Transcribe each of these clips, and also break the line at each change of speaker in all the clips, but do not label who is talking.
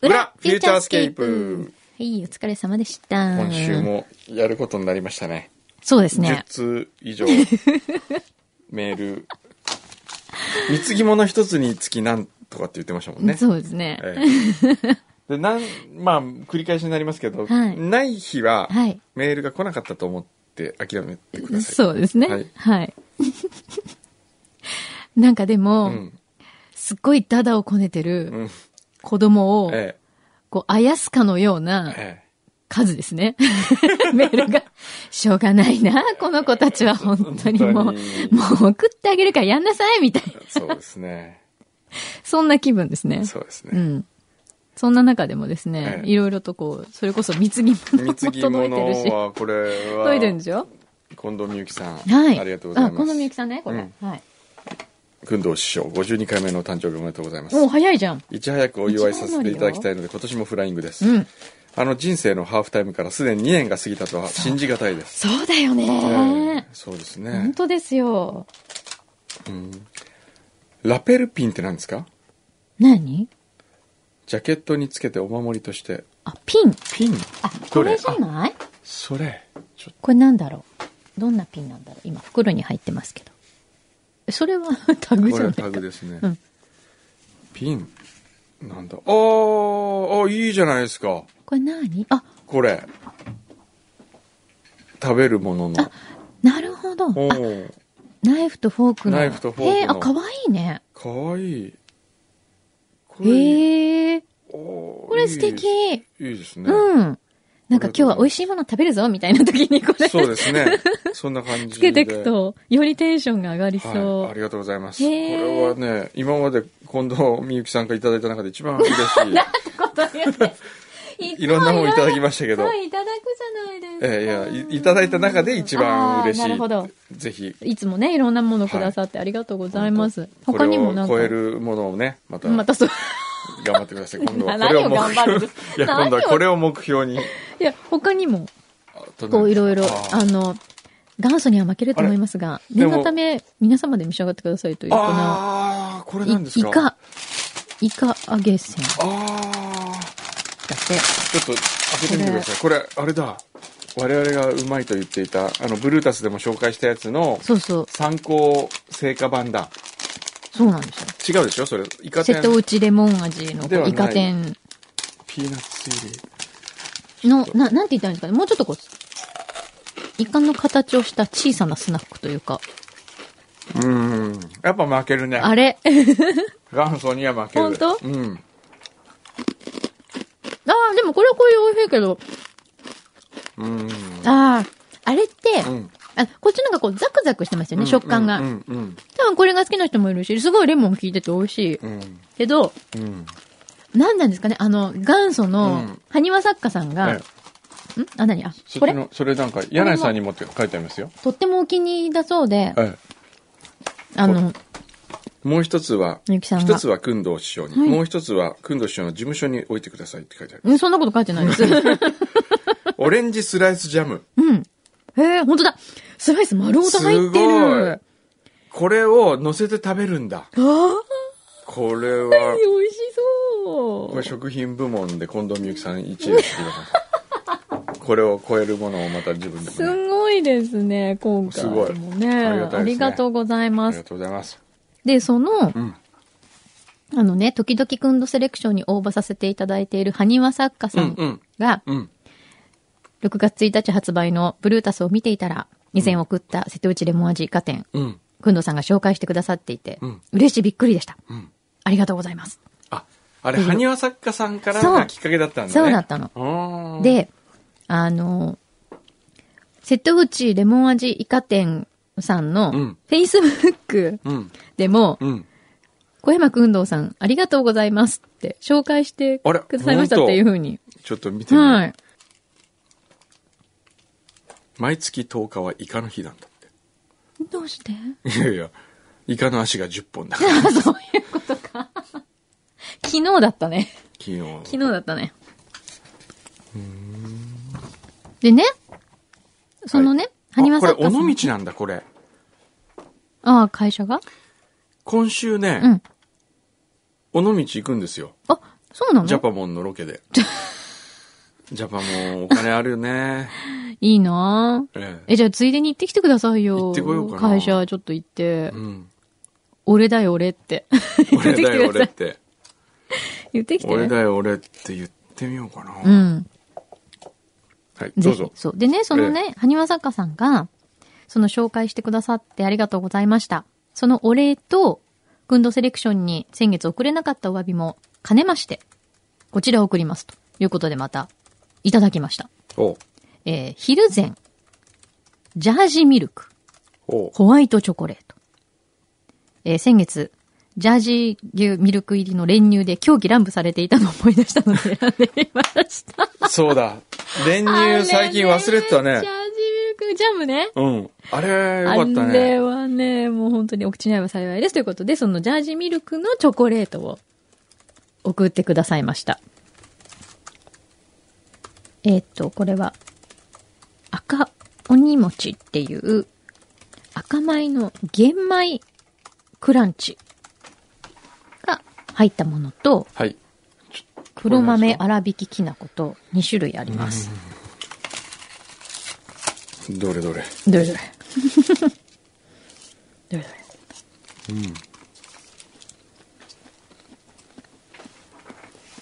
フューチャースケープ。
はい、お疲れ様でした。
今週。もやることになりましたね。
そうです
10
ね。
通 以上メール。貢ぎ物一つにつきなんとかって言ってましたもんね。
そうですね。
ええでなんまあ繰り返しになりますけど、
はい
ない日は
はい
メールが来なかったと思って諦めてください。
そうですね。
は
はいい。 なんかでも、
うん
すっごいダダをこねてる
ん
子供を、
え
こう、あやすかのよう
え
な
え
数ですね。 メールが。しょうがないな、この子たちは本当にもう
本、
もう送ってあげるからやんなさい、みたいな
え。そうです ね。
そんな気分ですね。
そうです
う
ね。
ん。そんな中でもですね、
ええ
いろいろとこう、それこそ貢ぎ物も
貢ぎ
届いてる
物
し。
はこれは
届いてるんでしょ
近藤美由紀さん、
はい。
ありがとうございます。
あ、このみゆきさんね、これ。はい。
軍藤師匠52回目のお誕生日おめでとうございます
もう早いじゃん。
いち早くお祝いさせていただきたいので今年もフライングです、
うん。
あの人生のハーフタイムからすでに2年が過ぎたとは信じがたいです
そうだよ
ええ
ね。
そうです
本
ね、
当ですよ。
うんラペルピンって何ですか
何
ジャケットにつけてお守りとして
あ、ピン。
ピン
あ、
ど
こ
れ
れじゃない
それちょっ
これなんだろう。どんなピンなんだろう。今、袋に入ってますけど。そ れはタ
と
グ
こ
じゃな
れはい
か
タグですね、
うん
ピンなんだあーあいいじゃないですか
これ何あ、
これ食べるものの
なるほど。
お
あ、
ー
ナイフとフォークの。
ナイフとフォークの
へえ、あ、可愛いね。
かわいい。こいい
へえ、
こ
これ素敵。
いいですね。
うん。なんか今日は美味しいもの食べるぞみたいな時にこれ
そうで すね。そんな感じで。
つけてくと、よりテンションが上がり
はい。
そ
ありがとうございます。こ
へ
れ
ー
はね、今まで近藤みゆきさんからいただいた中で一番嬉し
う。こと言うね
い。いろんなものいただきましたけ
いつも
ど。
いただくじゃないですか。
ええいやい、いただいた中で一番嬉しい。
あーなるほど。
ぜひ。
いつもね、いろんなものくださってありがとうございます。
こ
他
れ
にもな
を
んか。
超えるものをね、また
ま
頑
たそう。
張ってください。今度はこ
何
れを
を
目
頑張るんで
標
す。
いや、今度は
何を
これを目標に。
いや、他にも、
あとね
こういろいろ
あ、
あ
ー
の、元祖には負けると思いますが、
れで
念
も
のため、皆様で召し上がってくださいという、この、
あー、これなんです
いイ
か
カ、イカ揚げせんだ
ああ
って。
ちょっと開けてみてくださいこれあれだ我々がうまいと言っていたあのブルータスでも紹介したやつの
そうそう、
参考成果版だ
そうなんですよ。
違うでしょそれイカ天
瀬戸内レモン味の
では
こう
ない
イカ天
ピーナッツ入り
の、な、なんて言ったらいいんですかね。もうちょっとこう、イカの形をした小さなスナックというか、
うーんやっぱ負けるね
あれ あー、
元祖には負ける
本当
うん
でもこれはこれで美味しいけど、
うーん
あー、あれって、
うん
あ、こっちなんかこうザクザクしてましたよね、食感が。
うんうん
多分これが好きな人もいるし、すごいレモン効いてて美味しい
うんうん
けど、
うん
なんなんですかね、あの、元祖
う
の
ん、
埴輪作家さんが、
ええ
んあ、何あ、
そ
こ
っち
れ
のそれなんか柳井さんにもって書いてありますよ
とってもお気に入りだそうで、
え
あの、
えもう一つは
みゆきさんが
一つは工藤師匠に、
はい
もう一つは工藤師匠の事務所に置いてくださいって書いてある
うんそんなこと書いてないです。
オレンジスライスジャム。
うん。へえ、本当だ。スライス丸ごと入ってる。
これを乗せて食べるんだ。
ああ、
これは、
美味しそ
こ
う
れ。食品部門で近藤美由紀さん1位ですけどね。これを超えるものをまた自分でもね、
すごいですね、今回もね。
ありがたいですね
ありがとうござい
あ
ま
りが
す。
とうございます。
で、その
う、ん。
あのね、時々くんどセレクションに応募させていただいている埴輪作家
う
さ
ん
ん
うん。
が、
うん。
6月1日発売のブルータスを見ていたら、以前送った瀬戸内レモン味イカ店、
うん。
くんどさんが紹介してくださっていて
うん、
嬉しいびっくりでした。
うん。
ありがとうございます。
あ、あれ、埴輪作家さんから
そ
が
う
きっかけだったんだね。
そうだったの。
の、
で、あの、瀬戸内レモン味イカ店さんの、
う
フ
ん
ェイスブック
うん。
でも、
うん。
小山くんどうさん、ありがとうございますって、紹介して
あれ
くださいましたっていうふうに。
ちょっと見てみよう
はい。
毎月10日はイカの日なんだっ
どうして
て。いやいや、イカの足が10本だから、
あそういうことか。昨日だったね。
昨日。
昨日だったね。でね、そのね、埴輪
あこれ、
作家さん。
尾道なんだ、これ。
ああ、会社が
今週ね、
うん。
尾道行くんですよ。
あ、そうな
ジャ
の
パモンのロケで。 ジャパモン、お金あるよね。
いいなぁ
ええ。
え、じゃあついでに行ってきてくださいよ。
行ってこようかな
会社ちょっと行って
う、ん。
俺だよ俺って。 言っ
俺だよ、
てきてくださ
俺
い
って。
言ってきて。
俺だよ、俺って言ってみようかな。
うん。
はい、ど
ぜ
う
ひ
ぞ。。
そう。でね、そのね、埴輪作家さんが、その紹介してくださってありがとうございました。そのお礼と、軍ンドセレクションに先月送れなかったお詫びも兼ねまして、こちらを送ります。ということでまた、いただきました。
おう
えー、ヒルゼン、ジャージミルク、
おう
ホワイトチョコレート。えー先月、ジャージ牛ミルク入りの練乳で狂気乱舞されていたのを思い出したので選んでみました。
そうだ。練乳最近忘れてた
あれ
ね
ジャ。ージミルクジャムね。
うん。あれ、よかった
あれ
ね。
はね、もう本当にお口に合えば幸いです。ということで、そのジャージミルクのチョコレートを送ってくださいました。えーっと、これは、赤鬼餅っていう、赤米の玄米クランチが入ったものと、
はい。
黒豆粗挽ききな粉と2種類あります。
どれどれ。
ど れどれどれどれ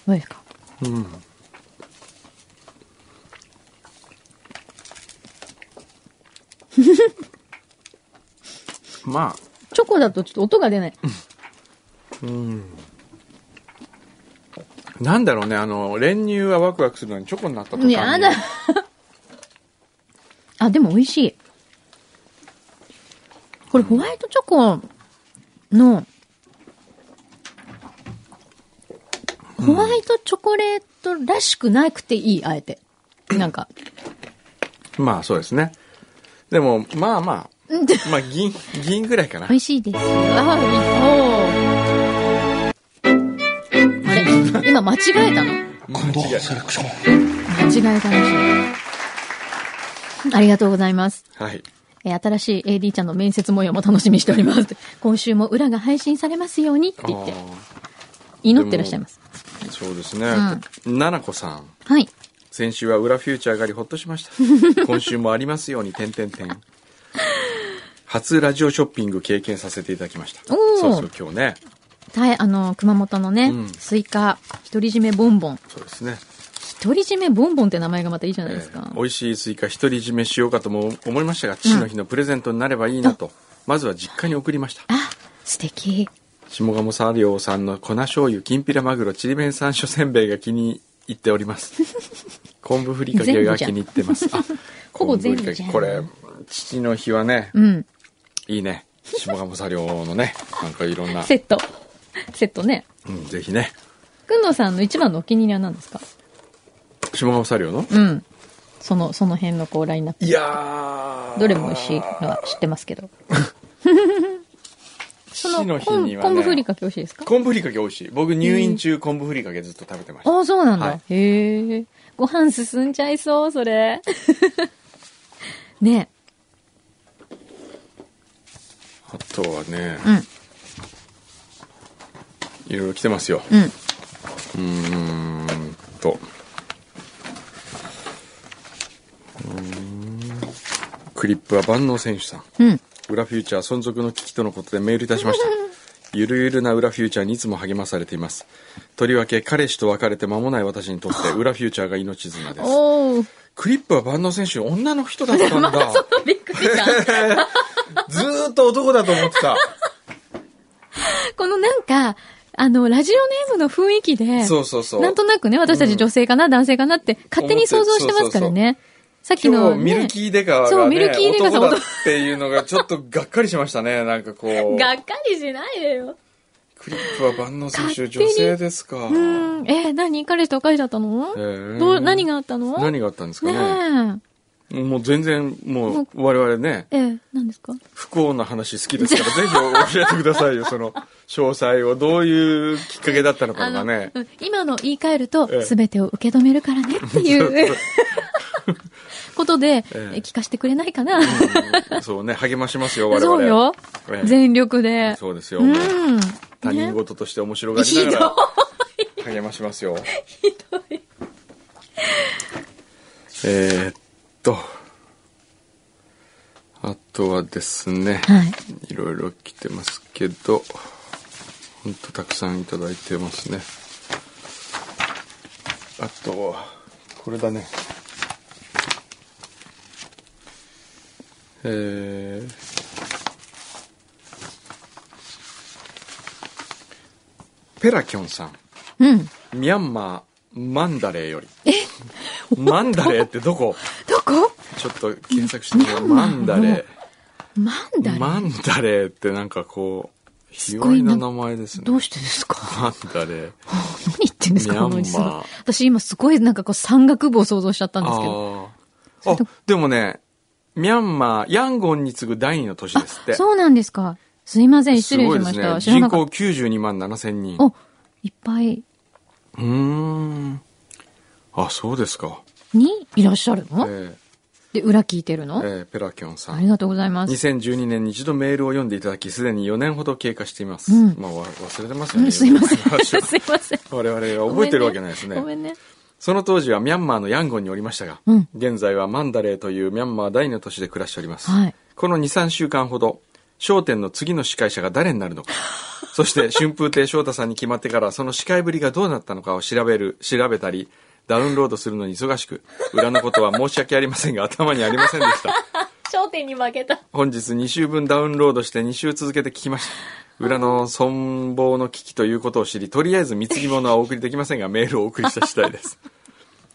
どうですか
うん。まあ、
チョコだとちょっと音が出ない。
なんだろうね、あの、練乳はワクワクするのにチョコになったとか。
やだ。 あ、でも美味しい。これホワイトチョコの、ホワイトチョコレートらしくなくていい、あえて。なん か、
まあ、そうですね。でも、まあまあ、まあ、銀、銀ぐらいかな
美。味しいですよ。ああ、美味しい。あれ今間違えたの
間違い。
間違えたらしい。ありがとうございます。
はい。
えー新しい AD ちゃんの面接模様も楽しみにしております。今週も裏が配信されますようにって言って
あ、
祈ってらっしゃいます。
ーそうですね。ななこさん。
はい。
先週は裏フューチャーがありほっとし ました。今週もありますように、点点点。初ラジオショッピング経験させていただきました。
おー
そうそう、今日ね。
たい、あの、熊本のね、
うん
スイカ、独り占めボンボン。
そうですね。
独り占めボンボンって名前がまたいいじゃないです
え
か
ー。美味しいスイカ独り占めしようかとも思いましたが、父の日のプレゼントになればいいなと、まずは実家に送りました。
あ、素敵。
下鴨サリオさんの粉醤油、きんぴらマグロ、ちりめん山椒せんべいが気に入ってお ります。昆布ふりかけが気に入ってます。あ
ほぼ
昆布
全
ふり
部
か
じ
け
ゃん
これ、父の日はね、
うん。
いいね。下鴨砂料のね、なんかいろんな
セ、ット。セットね。
うん、ぜひね。
くんのさんの一番のお気に入りは何ですか
下鴨砂料の
うん。その、その辺のこうラインナップ。
いやー
どれも美味しいのは知ってますけど。そ
父の日
昆
には、ね、
昆布ふりかけ美味しいですか
昆布ふりかけ美味しい。僕入院中昆布ふりかけずっと食べてました。
ああ、そうなんだ。
はい
へえ。ご飯進んじゃいそう、それ。 ね
あとはね、
え。
いろいろ来てますよ。
うん。うん。
うーんと。うーんクリップは万能選手さん。
うん。
裏フューチャー存続の危機とのことでメールいた しました。ゆるゆるな裏フューチャーにいつも励まされています。とりわけ彼氏と別れて間もない私に とって裏フューチャーが命綱です。
おお。
クリップは万能選手、女の人だっ たんだ。
びっくりした。
ずーっと男だと思ってた。
このなんか、あの、ラジオネームの雰囲気で、
そうそうそう。
なんとなくね、私たち女性かな、男性かなって、勝手に想像してますからね。さっき
今
の、
日
ね。
ミルキーデカが、ね、
そうミルキーデカさん
男だっていうのがちょっとがっかりしましたね。なんか こう。
がっかりしないでよ。
クリップは万能選手、
勝手に
女性ですか。
うーん。えー、何彼氏と彼氏だったの、
ええ
どう何があったの
何があったんですかね。
ね
もう全然、も
も
う我々ね、
え。えー、何ですか
不幸な話好きですから、ぜひ教えてくださいよ、その詳細を。どういうきっかけだったのか
あ
とか
の、
ね。
うん今の言い換えると、
ええ
すべてを受け止めるからねって いう ことで、
ええ
聞かせてくれないかな。
うんそうね、励ましますよ、我々。
そうよ
え。え
全力で。
そうですよ。
うん。
他人
ね
事として面白がり
ひ
ながら。
ど
励まします よ。
ひどい。
えーっと、あとはですね、
はい。
いろいろ来てますけど、ほんとたくさんいただいてますね。あとは、これだね。えー、ペラキョンさん、
うん。
ミャンマー、マンダレーより。 マンダレーってどこ
どこ
ちょっと検索してみよう。マンダレ
マンダ
ー。
レ
マ
ー
ンダレーってなんかこう、ひ
ご
よ
い
い
な
な名前ですね。
どうしてですか
マンダレー。
何言ってんですか
ミャ
こ
ンマー
のおじさん私今すごいなんかこう山岳部を想像しちゃったんですけど。
あーあ、でもね、ミャンマー、ヤンゴンに次ぐ第二の都市ですって。
そうなんですか。すいません、失礼しまし
す
た。
ごいです
知
ね。
ら
人
な
口
かっ
92万7千人。
た。お、いっぱいう
ーん。あ、そうですか。
にいらっしゃる
え
の、
ー
で、裏聞いてるの、
えーペラキョンさん
あ。りがとうございます。
2012年に一度メールを読んでいただき、すでに4年ほど経過しています。
うん
まあ、わ忘れてます
う
よね。
ん、すいません。
私
す
はい
ません。
我々が覚えてるわけないですね
ご。めんね。
その当時はミャンマーのヤンゴンにおりましたが、
うん
現在はマンダレーというミャンマー第二の都市で暮らしております。
はい
この2、3週間ほど、焦点の次の司会者が誰になるのか、 そして春風亭昇太さんに決まってからその司会ぶりがどうなったのかを調べる、調べたり、ダウンロードするのに忙しく、裏のことは申し訳ありませんが頭にありませんでした。
焦点に負けた。
本日2週分ダウンロードして2週続けて聞きま した。裏の存亡の危機ということを知り、とりあえず貢ぎ物はお送りできま せんが、メールをお送りした次第です。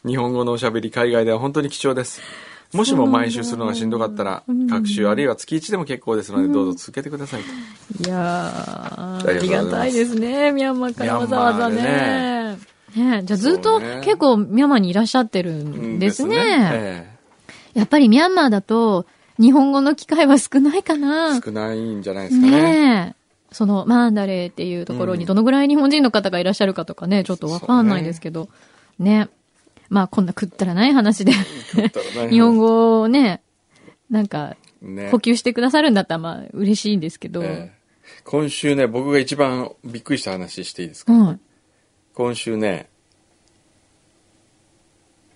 日本語のおしゃべり、海外では本当に貴重です。もしも毎週するのがしんどかったら、各週あるいは月1でも結構ですので、どうぞ続けてくださいと。
いやー、ありが
ありがとうございます
たいですね。ミャンマーからわざわざ
ミャ
ね。ねじゃあずっ
そ
と
うね
結構ミャンマーにいらっしゃってるんですね。
え
やっぱりミャンマーだと日本語の機会は少ないかな
え。少ないんじゃないですかね。
ねえ。そのマンダレーっていうところ
う
に
ん
どのぐらい日本人の方がいらっしゃるかとかね、ちょっとわかんないですけど。ね。まあこんなくったらない話で、日本
語
語をね、なんか
ね
補給してくださるんだったらまあ嬉しいんですけど。
ええ今週ね、僕が一番びっくりした話していいですか
はい。
今週ね、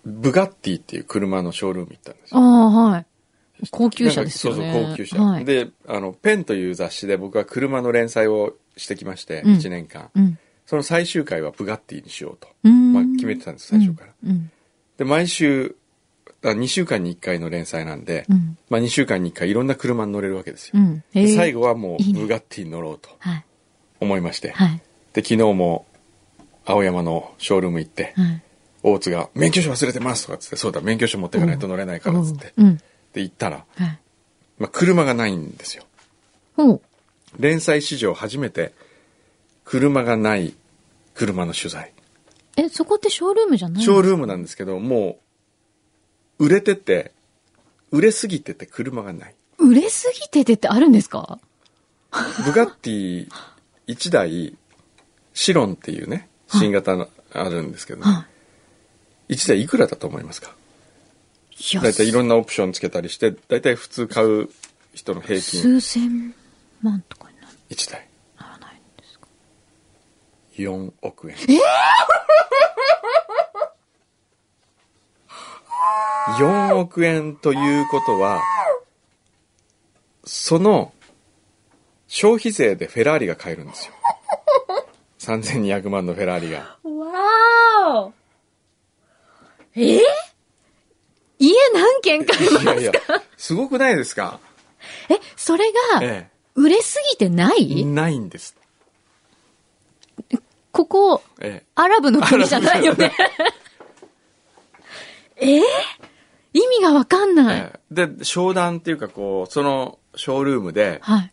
ブガッティっていう車のショールーム行ったんです
あ
よ。
あ、はい。高級車ですよね。
なんかそうそう、高級車。
はい。
で、あの、ペンという雑誌で僕は車の連載をしてきまして、
うん
1年間。
うん。
その最終回はブガッティにしようと、
うん
まあ、決めてたんです、最初から。
うん。
で、毎週、2週間に1回の連載なんで、
うん。
まあ2週間に1回いろんな車に乗れるわけですよ
う。ん。え
で
え
最後はも
いいうね
ブガッティに乗ろうと
はい。
思いまして、
はい。
で、昨日も青山のショールーム行って、
はい。
大津が「免許証忘れてます」とかっつって「そうだ免許証持ってかないと乗れないから」っつって
うん。
で行ったら、
はい。
まあ、車がないんですよ
ほう。
連載史上初めて車がない車の取材
え、そこってショールームじゃないの
ショールームなんですけどもう売れてて売れすぎてて車がない
売れすぎててってあるんですか
ブガッティ1台シロンっていうね新型のあるんですけど、
は
1台いくらだと思いますか
い。や
大体いろんなオプションつけたりして大体普通買う人の平均
数千万とかにな
1台
らないんですか
4億円。4億円ということは、その消費税でフェラーリが買えるんですよ。3200万のフェラーリが。
わーおえー家何軒買いま
い
す
やいや、すごくないですか
え、それが、
え
売れすぎてない、
え。ないんです。
ここ、
え
アラブの国じゃないよ ね。えー意味がわかん
え。
ない。
ええで、商談っていうかこう、そのショールームで、
はい。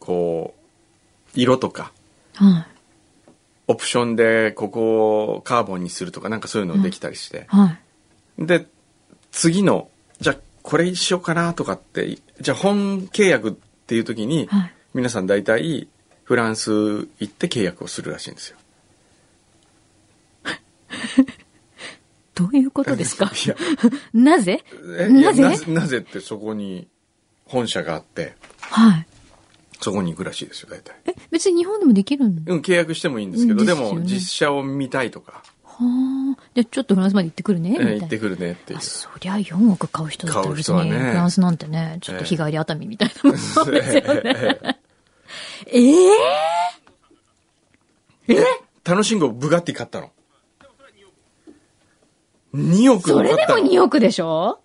こう、色とか、
はい。
オプションでここをカーボンにするとかなんかそういうのできたりして、
はい。
で次のじゃあこれにしようかなとかってじゃあ本契約っていう時に、
はい
皆さん大体フランス行って契約をするらしいんですよ。
どういうことですか
いや
なぜ
えい
な
や
ぜ
なぜってそこに本社があって
はい。
そこに行くらしいですよ、大体。
え、別に日本でもできるんだ。
うん、契約してもいいんですけど、
うん
で
ですよね
も、実写を見たいとか、
はあ。じゃあちょっとフランスまで行ってくるね、み
え
たいな。
ー行ってくるねっていう
あ。そりゃ4億買う人だったら別
買う
に、
人はね
フランスなんてね、ちょっと日帰り熱海みたいなもんそうですよね。 ええ
楽しんごブガッティ買ったの。2億
そ
も買
れ
っ
で
たの
も2億でしょ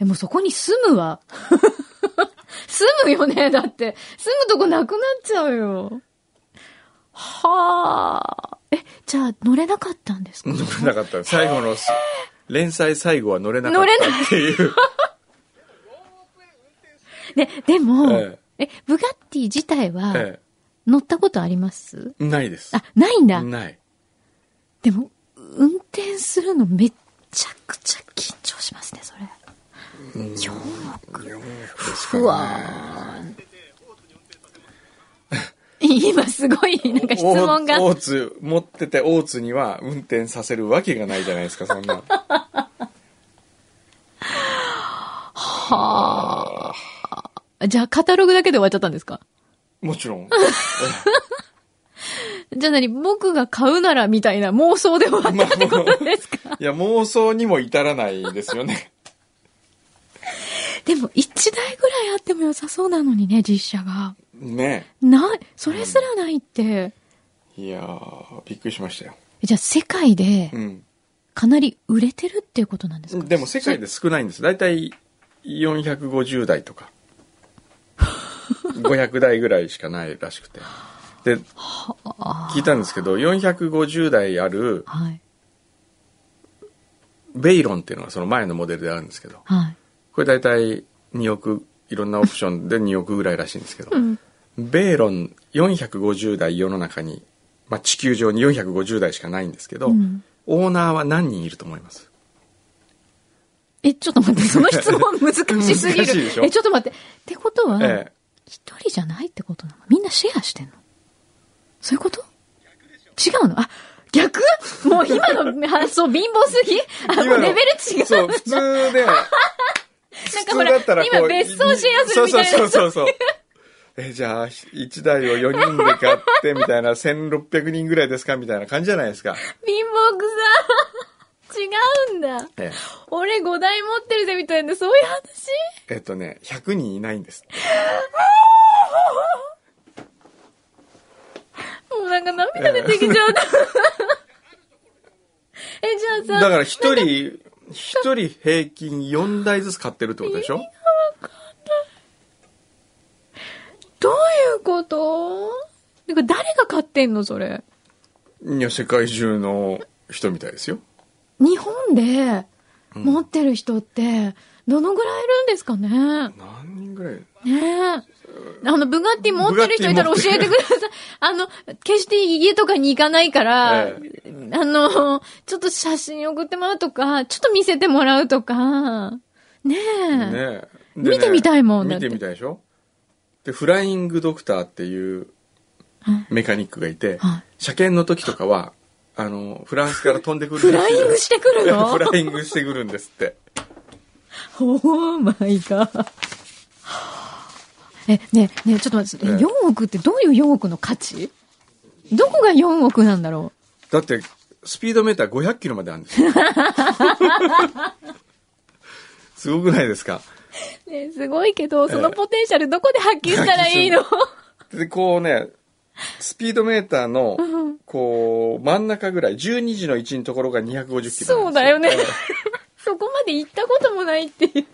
え、もうそこに住むわ。 住むよねだって、住むとこなくなっちゃうよ。はあ。え、じゃあ乗れなかったんですか
乗れなかった。最後の、連載最後は乗れなかっ
乗れな
たっていう。
ね、でも、
え
えブガッティ自体は
え
乗ったことあります
えないです。
あ、ないんだ。
ない。
でも、運転するのめっちゃくちゃ緊張しますね、それ。ふわー今すごい、なんか質問が。
大津、持ってて大津には運転させるわけがないじゃないですか、そん な。
じゃあ、カタログだけで終わっちゃったんですか
もちろん。
じゃあ何僕が買うならみたいな妄想で終わったってことですか、
いや、妄想にも至らないですよね。
でも、1台ぐらいあっても良さそうなのにね、実写が。
ね
ない、それすらないって。
いやー、びっくりしましたよ。
じゃあ、世界で
う、ん。
かなり売れてるっていうことなんですか
でも世界で少ないんです。だいたい450台とか。500台ぐらいしかないらしくて。で、聞いたんですけど、450台ある
はい。
ベイロンっていうのがその前のモデルであるんですけど、
はい。
これ大体2億、いろんなオプションで2億ぐらいらしいんですけど、
うん。
ベイロン450台世の中に、まあ、地球上に450台しかないんですけど、
うん
オーナーは何人いると思います
え、ちょっと待って、その質問難しすぎ
難しいで
る
し。ょ
え、ちょっと待って。ってことは、一、
ええ
人じゃないってことなのみんなシェアしてんのそういうこと違うのあ、逆もう今の発想貧乏すぎあ、もうレベル違う。
そう、普 通で、
なん
普通だったらこう
今別荘シェアするみたいな。
そうそうそうそうえじゃあ1台を4人で買ってみたいな1600人ぐらいですかみたいな感じじゃないですか、
貧乏くさ。違うんだ。
え
俺5台持ってるぜみたいな、そういう話
ええっとね100人いないんです
もうなんか涙出てきちゃうな。 え、じゃあ
だ
さ、
から1人1人平均4台ずつ買ってるってことでしょ
どういうことなんか誰が買ってんのそれ。
いや世界中の人みたいですよ
日本で持ってる人って、どのぐらいいるんですかね
何人ぐらい
ねえ。あの、ブガッティ持ってる人いたら教えてください。あの、決して家とかに行かないから、
え
あの、ちょっと写真送ってもらうとか、ちょっと見せてもらうとか、ねえ。
ねえ
見てみたいもんだっ
見
て
てみたいでしょでフライングドクターっていう
はい
メカニックがいて、
はい
車検の時とかはあのフランスから飛んでくる
フライングしてくるの
フライングしてくるんですって
おーマイガー。え、ねえ、ねえ、ちょっと待って、
ええ
4億ってどういう4億の価値どこが4億なんだろ
だってスピードメーター500キロまであるんです よすごくないですか
うねえすごいけど、そのポテンシャルどこで発揮したらいい の
でこうねスピードメーターのこう真ん中ぐらい12時の1のところが250キロなんですよ
そうだよね。 そこまで行ったこともないっていう。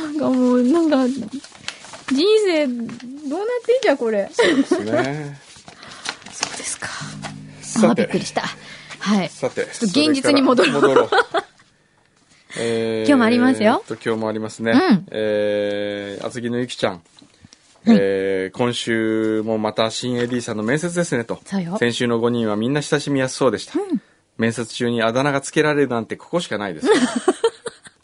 なんかもう、なんか、人生、どうなってんじゃん、これ。そう
そうですね
ですか。あ
さ
ー、びってくりした。はい。
さて、
ちょっと現実に戻ろう
それから戻 ろうえー
今日もありますよ
えっと今日もありますね。
うん
えー、厚木のゆきちゃん。
はい
えー今週もまた新 AD さんの面接ですねと
そうよ
先週の5人はみんな親しみやすそうでした、面接中にあだ名がつけられるなんてここしかな いです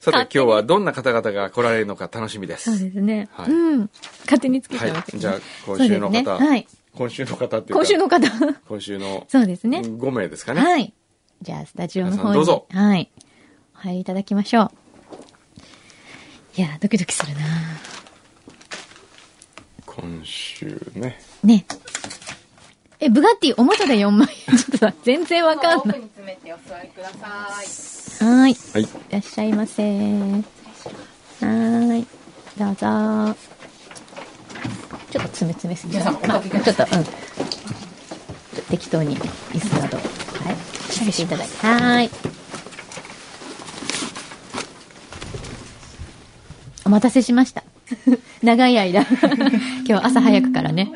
さて今日はどんな方々が来られるのか楽しみです
そうですね。
はい
うん。勝手につけちゃうわ
は
け
い
ね
じゃあ今週の
そうで
方、
すねはい。
今週の方っていうか
今週の方。
今週の
そうですね。
5名ですかね
はい。じゃあ、スタジオの方に。
皆さんどうぞ
はい。お入りいただきましょう。いやー、ドキドキするな
今週ね。
ね。え、ブガッティ、おも ちゃで4万円。ちょっとさ、全然わかん
奥
ない。
に詰めてお座りください。
はーい。
はい。
いらっしゃいませ。はーい。どうぞ。ちょっと詰め詰めすぎ
皆さんお
まあ
かけくだ
ちょっと、うん。ちょっと適当に椅子など、はい。させていただいて。はーい。お待たせしました。 長い間。 今日朝早くからね。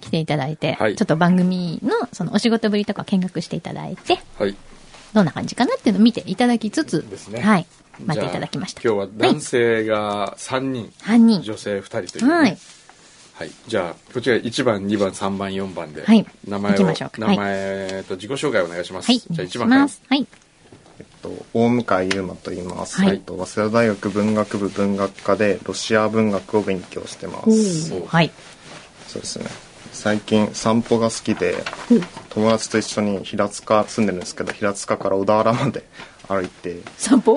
来ていただいて、
はい
ちょっと番組のそのお仕事ぶりとか見学していただいて、
はい。
どんな感じかなっていうのを見ていただきつつ、
ですね
はい、待っていただきました。
じゃあ今日は男性が3人、
犯人。
女性2人という、ね。
はい。
はい、じゃあこちら1番2番3番4番で、
はい
名前
行き
を
ましょうかは
名
い
前と自己紹介お願いします、
はい。
じゃあ1
お
番
願
か
いします。はい。
えっと大向井優馬と言います、
はい
えっと早稲田大学文学部文学科でロシア文学を勉強してま
お
す
そう
ーはい。
そうですね最近散歩が好きで友達と一緒に平塚住んでるんですけど平塚から小田原まで歩いて
散歩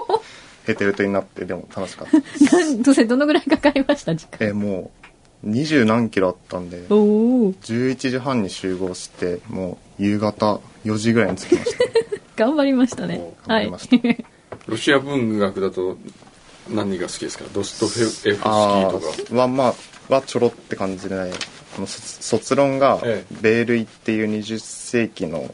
ヘトヘトになってでも楽しかったです
なんどうせどのぐらいかかりました時 間。
えもう二十何キロあったんで
おお
11時半に集合してもう夕方4時ぐらいに着きました
頑張りましたね
お。
は
頑張
い
りまし。
ロシア文学だと何が好きですかドストフェフスキー
あ
とか
ーはまあはちょろって感じでないあの卒卒論が
ええ
ベールイっていう20世紀の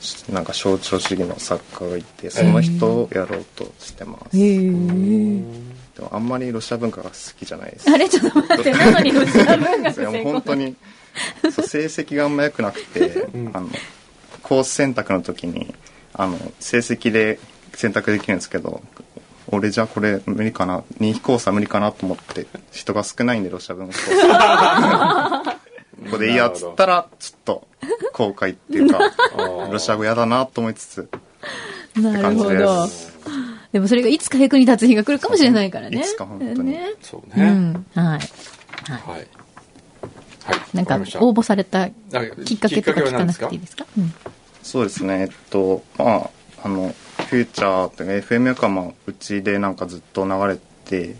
しなんか象徴主義の作家がいてその人をやろうとしてます、
へー
でもあんまりロシア文化が好きじゃないです
あれちょっと待って、なのにロシア文学
いやもう
専攻
本当にそう成績があんま良くなくて、あのコース選択の時にあの成績で選択できるんですけど俺じゃこれ無理かな2飛行差無理かなと思って人が少ないんでロシア文学コースここでいいやっつったらちょっと後悔っていうか
ー
ロシア語嫌だなと思いつつ
なるほ
って
ど
感じ。
でもそれがいつか役に立つ日が来るかもしれないからね。
いつか本当に
ね
そう
う
ね、
ん。はい。
はいはいわ
なんか
りました
応募された
あ
きっかけとか
は
聞か
何で
な
す
くていいですかうん
そうですねえっとまああのフューチャーっていうか FM 横浜うちでなんかずっと流れて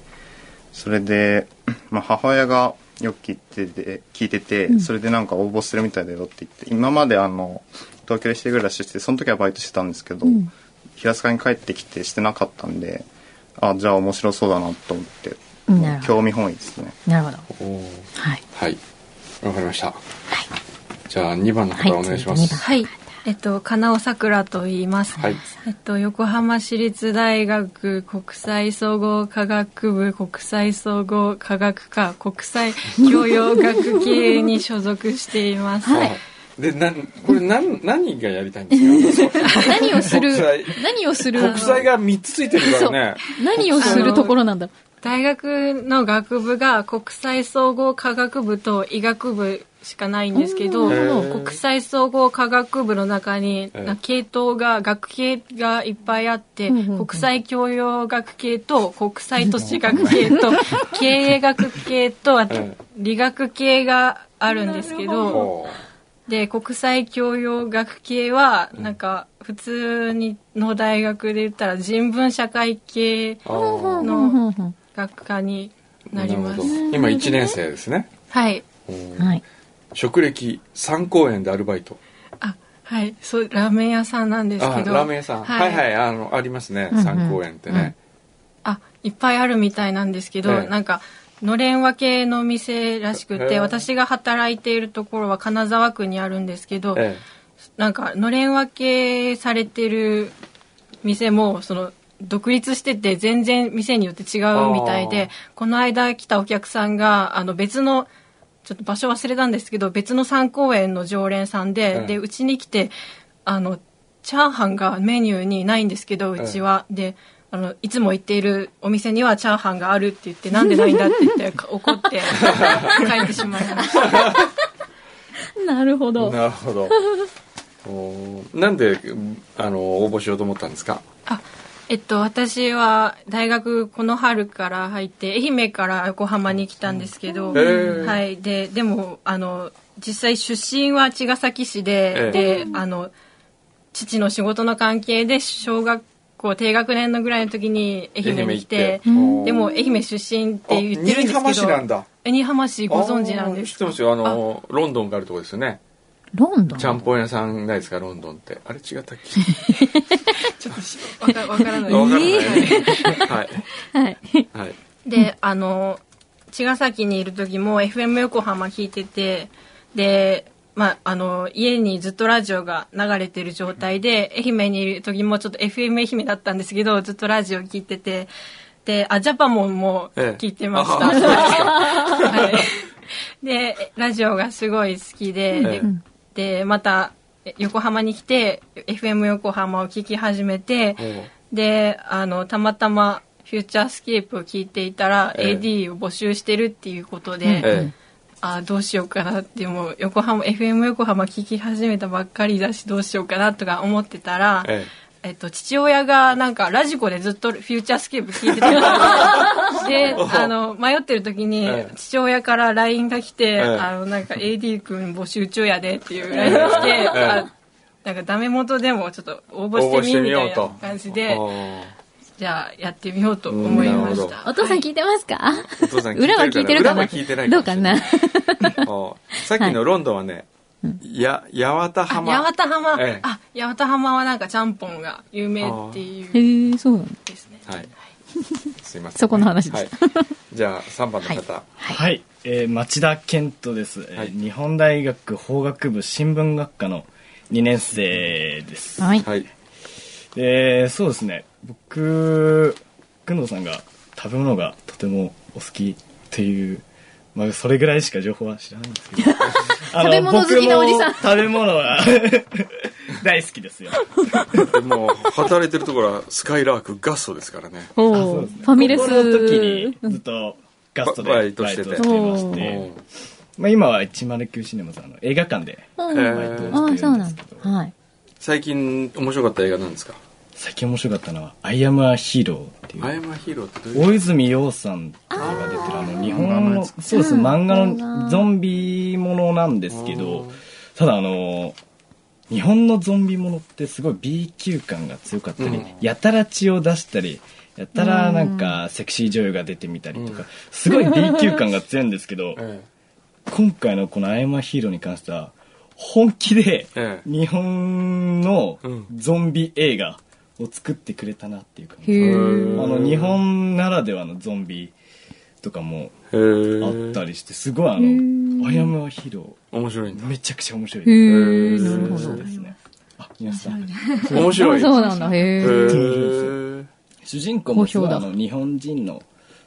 それで、まあ、母親がよく聞いてて聞いてて、それでなんか応募してるみたいだよって言って今まであの東京で一人暮らししてその時はバイトしてたんですけど、平塚に帰ってきてしてなかったんであじゃあ面白そうだなと思って
なるほど
興味本位ですね
なるほど。
おー
はい。
はいわかりました、じゃあ2番の方お願いしま
はい
す
次
は
はい。えっと、金尾さくらと言います。
い、
えっと、横浜市立大学国際総合科学部国際総合科学科国際教養学系に所属しています。
はい
でなんこれ何何がやりたいんですか
何をする
国際、
何をする、
国際が3つついてるからね
何をするところなんだ
大学の学部が国際総合科学部と医学部しかないんですけど、
なるほど
国際総合科学部の中に、
ええ
な系統が、学系がいっぱいあって、
うんうんうん
国際教養学系と、国際都市学系と、 経営学系と、あと
ええ、
理学系があるんですけど、
おー
で国際教養学系はなんか普通にの大学で言ったら人文社会系
あー
うん
ん
うんうん
学科になりま
る
す
ほど今1年生ですね
はい
はい。
職歴3公演でアルバイト
あはいそうラーメン屋さんなんです
あ
けど
ラーメン屋さん
は
はいいはいあのありますね
うんうん
3公演ってね
あいっぱいあるみたいなんですけど、
ええ
なんかのれん分けの店らしく
へ
て、
え
私が働いているところは金沢区にあるんですけど、
え
なんかのれん分けされてる店もその独立してて全然店によって違うみた
あ
い
ー
でこの間来たお客さんがあの別のちょっと場所忘れたんですけど別の3公園の常連さんで、
うん
でうちに来てあのチャーハンがメニューにないんですけどうちは、であのいつも行っているお店にはチャーハンがあるって言ってなんでないんだって言っ てか怒って帰ってしまいました。
なるほ
え
ど。
なるほどおーなんであの応募しようと思ったんですか
あえっと、私は大学この春から入って愛媛から横浜に来たんですけ
へ
ど、
ー
はい、ででもあの実際出身は茅ヶ崎市で,、
え
であの父の仕事の関係で小学校低学年のぐらいの時に愛媛に来て
愛媛行って
でも愛媛出身って言ってるんで
あ
すけど
新居浜市なんだ
新居浜市ご存知なん
あー
です
知ってますよあのロンドンがあるとこですよね
ロンドン
ちゃんぽん屋さんないですかロンドンってあれ違ったっけ
ちょっとしわかわからない
あわからない、
え
はい
はい。
はい
であの茅ヶ崎にいる時も FM 横浜聞いててで、まあ、あの家にずっとラジオが流れてる状態で愛媛にいる時もちょっと FM 愛媛だったんですけどずっとラジオ聞いててであジャパモンも
ええ
聞いてました、
あそうです
はい、でラジオがすごい好きで、
ええ
ででまたえ横浜に来て FM 横浜を聞き始めて、
おう
であのたまたま「フューチャースケープ」を聞いていたら、
ええ
AD を募集してるっていうことで、
え
あーどうしようかなってもう横浜 FM 横浜聞き始めたばっかりだしどうしようかなとか思ってたら、
ええ
えっと、父親がなんかラジコでずっと「フューチャースケープ」聞いてたか らであの迷ってる時に
ええ
父親から LINE が来て「
ええ
あのなんか AD 君募集中やで」っていう LINE が来て、
ええ
あなんかダメ元でもちょっと応募してみみたいな感じで。
おう
じゃあやってみようと思いまし
うんなるほ
た。
お父さん
はい
聞いてますか
お父さん聞いてる
裏
か
は
な
聞いてるかな
裏は聞いてない
ど
か
う
もし
か
れな
ない
おうさっきのロンドンはね、や八幡
あ
浜
八幡浜、
ええ
あ八幡浜はなんかちゃんぽんが有名ってい
へ
う
え、そうなんだ。
ですね。
はいすいません、
そこの話で
はい
し、
じゃあ3番の方、
はい、えー町田健人です、えー
はい
日本大学法学部新聞学科の2年生です、
はい。
はい
えーそうですね僕工藤さんが食べ物がとてもお好きっていう、まあ、それぐらいしか情報は知らないんですけど あの
食べ物好きなおじさん
僕も食べ物は 大好きですよ
でもう働いてるところはスカイラークガストですからね
お
あそう
ー
ですね
ファミレス。
高校の時にずっとガストで
バ
バ
バイ
イ
ト
ト
し
してて
て
まし
お
て
う、
まあ、今は109シネマズあの映画館で
う
え
ん
ー
バイト
あ
を
あ、
して
そ
る
うん
で
なん
す
だ
けど。
はい。
最近面白かった映画なんですか
最近面白かったのは「アイアム・ア・ヒーロー」っ
「
てい
アイア
う
ムアヒーロー」ってどういう
大泉洋さんとかが出てるあの日本のそうです
うん漫
漫画
画
のゾンビものなんですけ
うん
どただあの日本のゾンビものってすごい B 級感が強かった
う
り
ん
やたら血を出したりやたらなんかセクシー女優が出てみたりとかすごい B 級感が強いんですけど
え
今回のこの「アイアム・ア・ヒーロー」に関しては本気で
ええ
日本の
うん
ゾンビ映画を作ってくれたなっていう感じ、
へ
う
え。
ん
あの日本ならではのゾンビとかも
えへ
あ
え
ったりしてすごいあ
うん
の「アイアム・ア・ヒーロ
面白いん
ー」
だ
めちゃくちゃ面白い
へ
で
え、
ー
す
なるほ
そう
ど
で。すねあ皆さん
面白
あ
い
そうなんだ。
へ
へえ。
え
主人公もすご
好
い
評だ
あの日本人の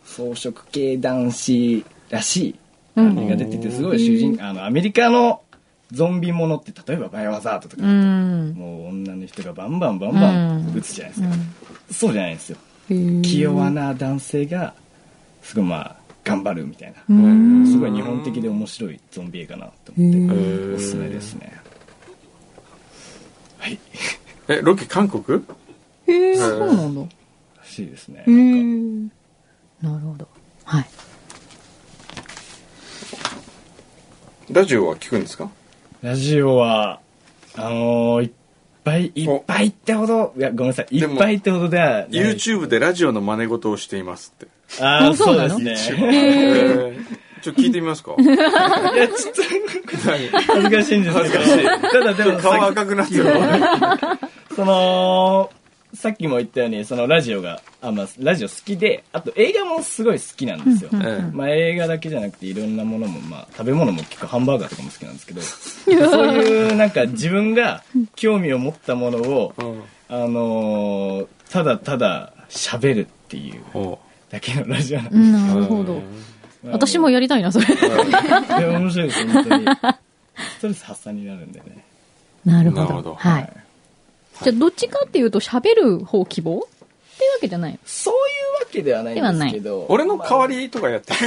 草食系男子らしい
うん
感じが出ててすごい主人あのアメリカのゾンビものって例えば「バイオハザード」とか
うん。
もう女の人がバンバンバンバン
うん
撃つじゃないですか、そうじゃないんですよ
へえ
器用。な男性がすごいまあ頑張るみたいな、
うん。
すごい日本的で面白いゾンビ映画なと
へ
思って、
ー
おすすめですねはい
えロケ韓国
へえ、そうなんだ。
らしいですね、
へえ
なんか。
なるほど。はい。
ラジオは聞くんですか
ラジオはあのーいっぱいいっぱいってほどいやごめんなさいい
で
っ
も
ぱいってほどではない
YouTube でラジオの真似事をしていますって
ああ
あそ
そうう
な
で
の
すね
ええちょっと聞いてみま すか
いやちょっと 恥ずかしいんですけど
恥ずか
ただでもさっき
顔赤くなってるわ
そのさっきも言ったようにそのラジオがあ、まあ、ラジオ好きであと映画もすごい好きなんですよ、
ええ
まあ、映画だけじゃなくていろんなものも、まあ、食べ物も結構ハンバーガーとかも好きなんですけど そういうなんか自分が興味を持ったものを、
うん
あのーただただ喋るっていう
お
だけのラジオなん
う
で
ん
す、
なるほど。私もやりたいな、それ。
いや面白いです本当にストレス発散になるんでね
なる
なる
ほ
ほ
ど。
ど
は
はい
い。じゃあ、どっちかっていうと、喋る方希望っていうわけじゃない。
そういうわけではないんですけ ど
俺の代わりとかやってる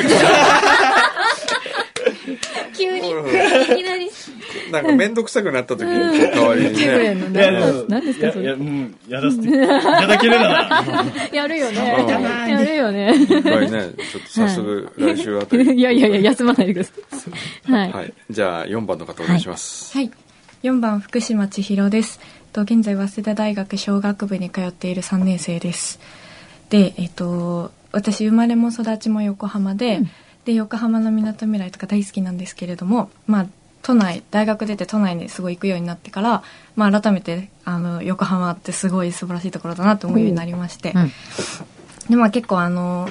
急に、いきなり。
なんか面倒くさく なった時にこう代わりに
来てくれん
ね
の
いやで
な
も
何ですか、
や
そ
いや、
れ。
うん、やらせていただける なら。
やるよね。
た
やるよね。
はいねちょっと早速来週あた り
いやいやいや、休まないでください。はい。
はいじゃあ4番の方お願いします
はい。4番、福島千尋です。と
と現在早稲田大学小学部に通っている3年生ですでえっ、と私生まれも育ちも横浜で、で横浜のみなとみらいとか大好きなんですけれどもまあ都内大学出て都内にすごい行くようになってから、まあ、改めてあの横浜ってすごい素晴らしいところだなと思うようになりまして、
うん
でまあ結構あの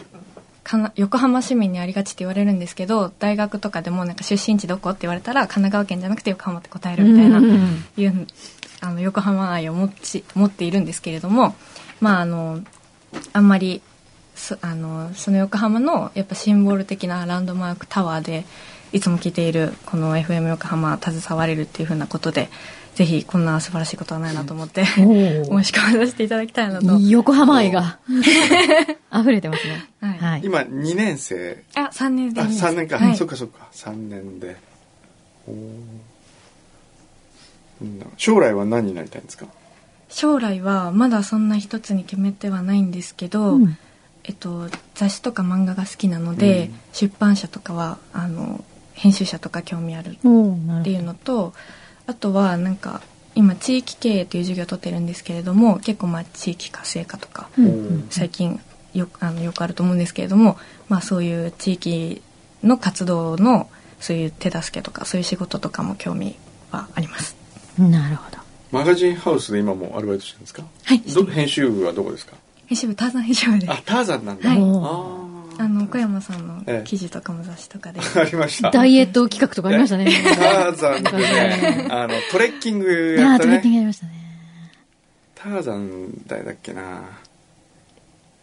かな横浜市民にありがちって言われるんですけど大学とかでもなんか出身地どこって言われたら神奈川県じゃなくて横浜って答えるみたいな、
うん
いうあの横浜愛を持ち持っているんですけれどもまああのあんまりそあのその横浜のやっぱシンボル的なランドマークタワーでいつも聞いているこの FM 横浜携われるっていうふうなことでぜひこんな素晴らしいことはないなと思って、
お
申し込みさせていただきたいなと。
ー横浜愛が溢れてますね。
はい
はい。
今2年生
あ、3年
あ
で
3年か、
はい、
そっかそっか3年でおーうん将来は何になりたいんですか
将来はまだそんな一つに決めてはないんですけど、
うん
えっと、雑誌とか漫画が好きなので、
うん
出版社とかはあの編集者とか興味あるっ
おーなるほど
ていうのとあとはなんか今地域経営という授業を取ってるんですけれども結構まあ地域活性化とか
うん
最近よあのよくあると思うんですけれども、まあ、そういう地域の活動のそういう手助けとかそういう仕事とかも興味はあります。
なるほど。
マガジンハウスで今もうアルバイトしてるんですか
はい
ど編集部はどこですか
編集部ターザン編集部です
あターザンなんだ、
はい
あー
あの小山さんの記事とかも雑誌とかで、
ありました
ダイエット企画とかありましたね。
ターザンで ねあのトレッキング
あ
や
あ、
った
トレッキング
ね
やりましたね。
ターザン誰だっけな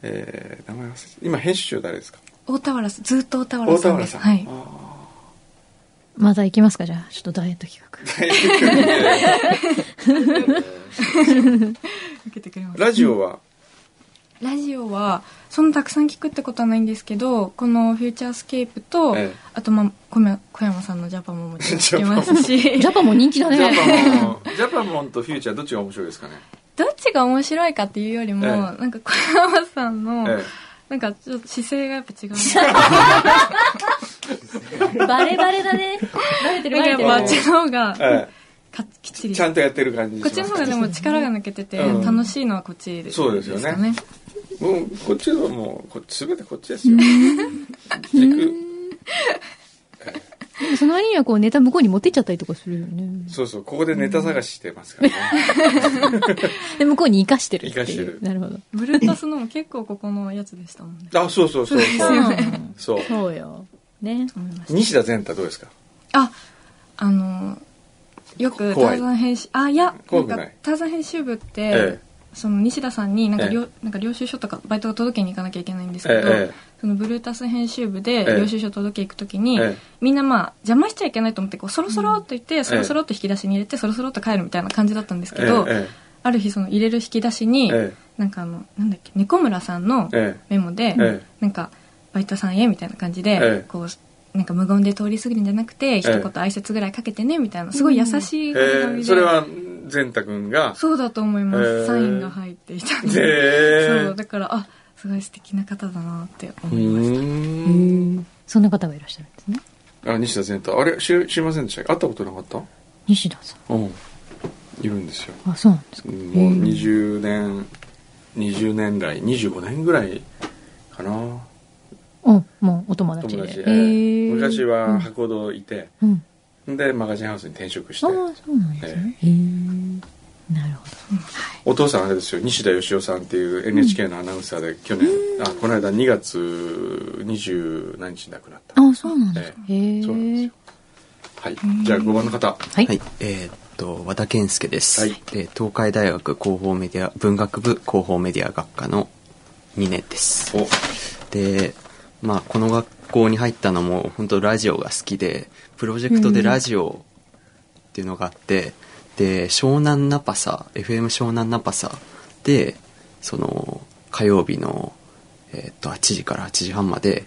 えー、名前忘れて今編集長誰ですか
大田原さんずっと大田原
大
さ
田
んで
原
す
さん、
はい
あ
また行きますか、じゃあ。ちょっとダイエット企画。
ーえ
受けてくれま
ー
す
ラジオは
ラジオはそんなたくさん聞くってことはないんですけどこの「フューチャースケープと」
ええ
あと、まあ、小山小山さんの「ジャパン」ももちろん
ジャ
聞き
パン
ますし
ジャパンも人気だ
ジャ
ね。
パモンジャパモンとフューチャーどっちが面白いですかね、
どっちが面白いかっていうよりも、
ええ
なんか小山さんの、
え
なんかちょっと姿勢がやっぱ違うな
バレバレだね。バレてるバレ
やってぱ
る。
あっちの方が
ええ
かきっち
え
り
ちゃんとやってる感じし
こ
ま
っ
す
ちの方がでも力が抜けてて、
うん
楽しいのはこっちですか
そうですよね
ね
もうこっちはもうこ全てこっちですよ軸
でもその割にはこうネタ向こうに持ってっちゃったりとかするよね。
そうそうここでネタ探ししてますからね、
で、向こうに生かしてるっていう。
生かしてる
なるほど。
ブルータスのも結構ここのやつでしたもんね
あそうそうそうそう
うん
そう
そうよ。ね。
思いました
西田善太どうですか
ああのよくタ
怖い
ーザン編集あいやな
怖
ん
くない
かターザン編集部って、
え
その西田さんになんか,、
ええ
なんか領収書とかバイトが届けに行かなきゃいけないんです
ええ
けど、
え
そのブルータス編集部で
ええ
領収書届け行くときに、
ええ
みんなまあ邪魔しちゃいけないと思ってこうそろそろっと言って、そろそろっと引き出しに入れてそろそろっと帰るみたいな感じだったんです
え
けど、
ええ
ある日その入れる引き出しに、
え
なんかあのなんだっけ猫村さんの
ええ
メモで、
ええ
なんかバイトさんへみたいな感じで、
ええ
こうなんか無言で通り過ぎるんじゃなくて、一言挨拶ぐらいかけてねみたいなすごい優しい
え
手紙で、
えそれは善太君が
そうだと思います、
ええ
サインが入っていたんで、
で
そうだからあすごい素敵な方だなって
う
思います
ーん
そんな方がいらっしゃるんですね。
あ西田善太あれ知知りませんでした会ったことなかっ
西田さ
たうんいるんですよ
ん。あ、そうなんですか。
もう20年20年来25年ぐらいかな
うん、もうお友達
友
で。
達、
へ
えー
ー
昔は箱堂いて、
うん。うん
でマガジンハウスに転職し
あ
て
あ、そうなんですね。へえ。なるほど。
お父さんあれですよ西田義雄さんっていう NHK のアナウンサーで去年、あこの間2月20何日に亡くなった
ああ、そうなんですか。へえ。
そうなんですよはいじゃあ5番の方
はい。
はい、えーっと和田健介です、
はい
で東海大学広報メディア文学部広報メディア学科の2年です
お
でまあこの学校に入ったのも本当ラジオが好きでプロジェクトでラジオっていうのがあって、で湘南ナパサ FM 湘南ナパサでその火曜日の、えーっと8時から8時半まで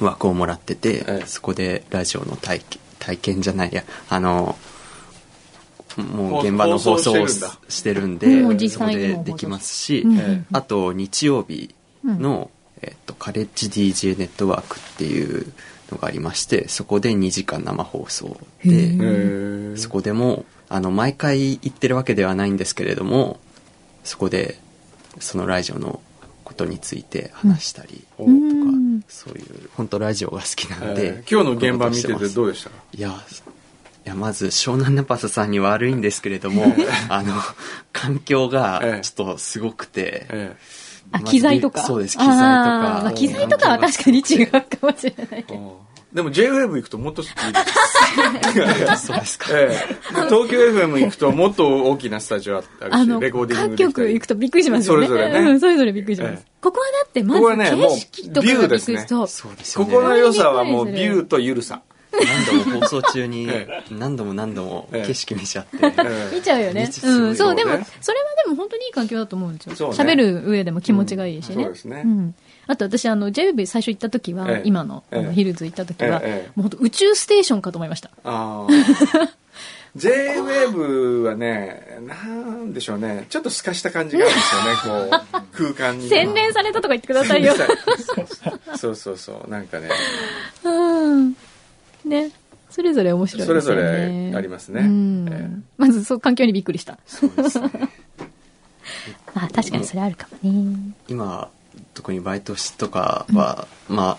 枠をもらってて、
ええ
そこでラジオの体験体験じゃないやあのもう現場の放送を
放送してるんだ
してるんで
もう実
そこ
際に
で
もう放送
できますし、
うん
え
あと日曜日の、えっと、カレッジ DJ ネットワークっていうのがありましてそこで2時間生放送
へ
で
ー
へー
そこでもあの毎回行ってるわけではないんですけれどもそこでそのラジオのことについて話したりとか、
うん
そういう本当ラジオが好きなので
え、ー今日の現場見て
こうい
て
うことをして
ど
ま
うでしたか
すいやいやまず湘南ナパサさんに悪いんですけれどもあの環境
え
が
え
ちょっとすごくて、
え
あ、
まず
機材とか。
そうです機材とか
あーまあ、機材とかは確かに違うかもしれ ない
え
けど。
でも JWAVE 行くともっといいです
そうですか
ええ、東京 FM 行くともっと大きなスタジオある
あ
し
の、
レコーディング
各
できた
局
り
行くとびっくりしますよね。
それぞれね
うん、それぞれびっくりしま
え
す
え。
ここはだって、ま
ここは
ず
ね
景色とか
もうビ
が
ュー
び
で
っ
す
く
ね
りそう。
そうですよ
こ
ね
この良さはもうビューとゆるさ、
何度も放送中に
え
何度も何度も景色見ちゃって、
え
見ちゃうよね
見。ちゃう
うん、そう、
そうね
でも、それはでも本当にいい環境だと思うんですよ。
そうね
喋、る上でも気持ちがいいしね。
うんそうですね
んあと私、あの、JWB 最初行った時は、
ええ
今のあの
ええ
ヒルズ行った時は、
ええええ
もう本当宇宙ステーションかと思いました。
あー JWAVE はねなんでしょうねちょっと透かした感じがあるんですよねこう空間に
洗練されたとか言ってくださ いよ。
そうそうそうなんかね
うん。ね。それぞれ面白いですよね。
それぞれありますね
うん
ええ
まず、そう、環境にびっくりした。
そうですね
あ、確かにそれあるかもね。
今特にバイトしとかは、まあ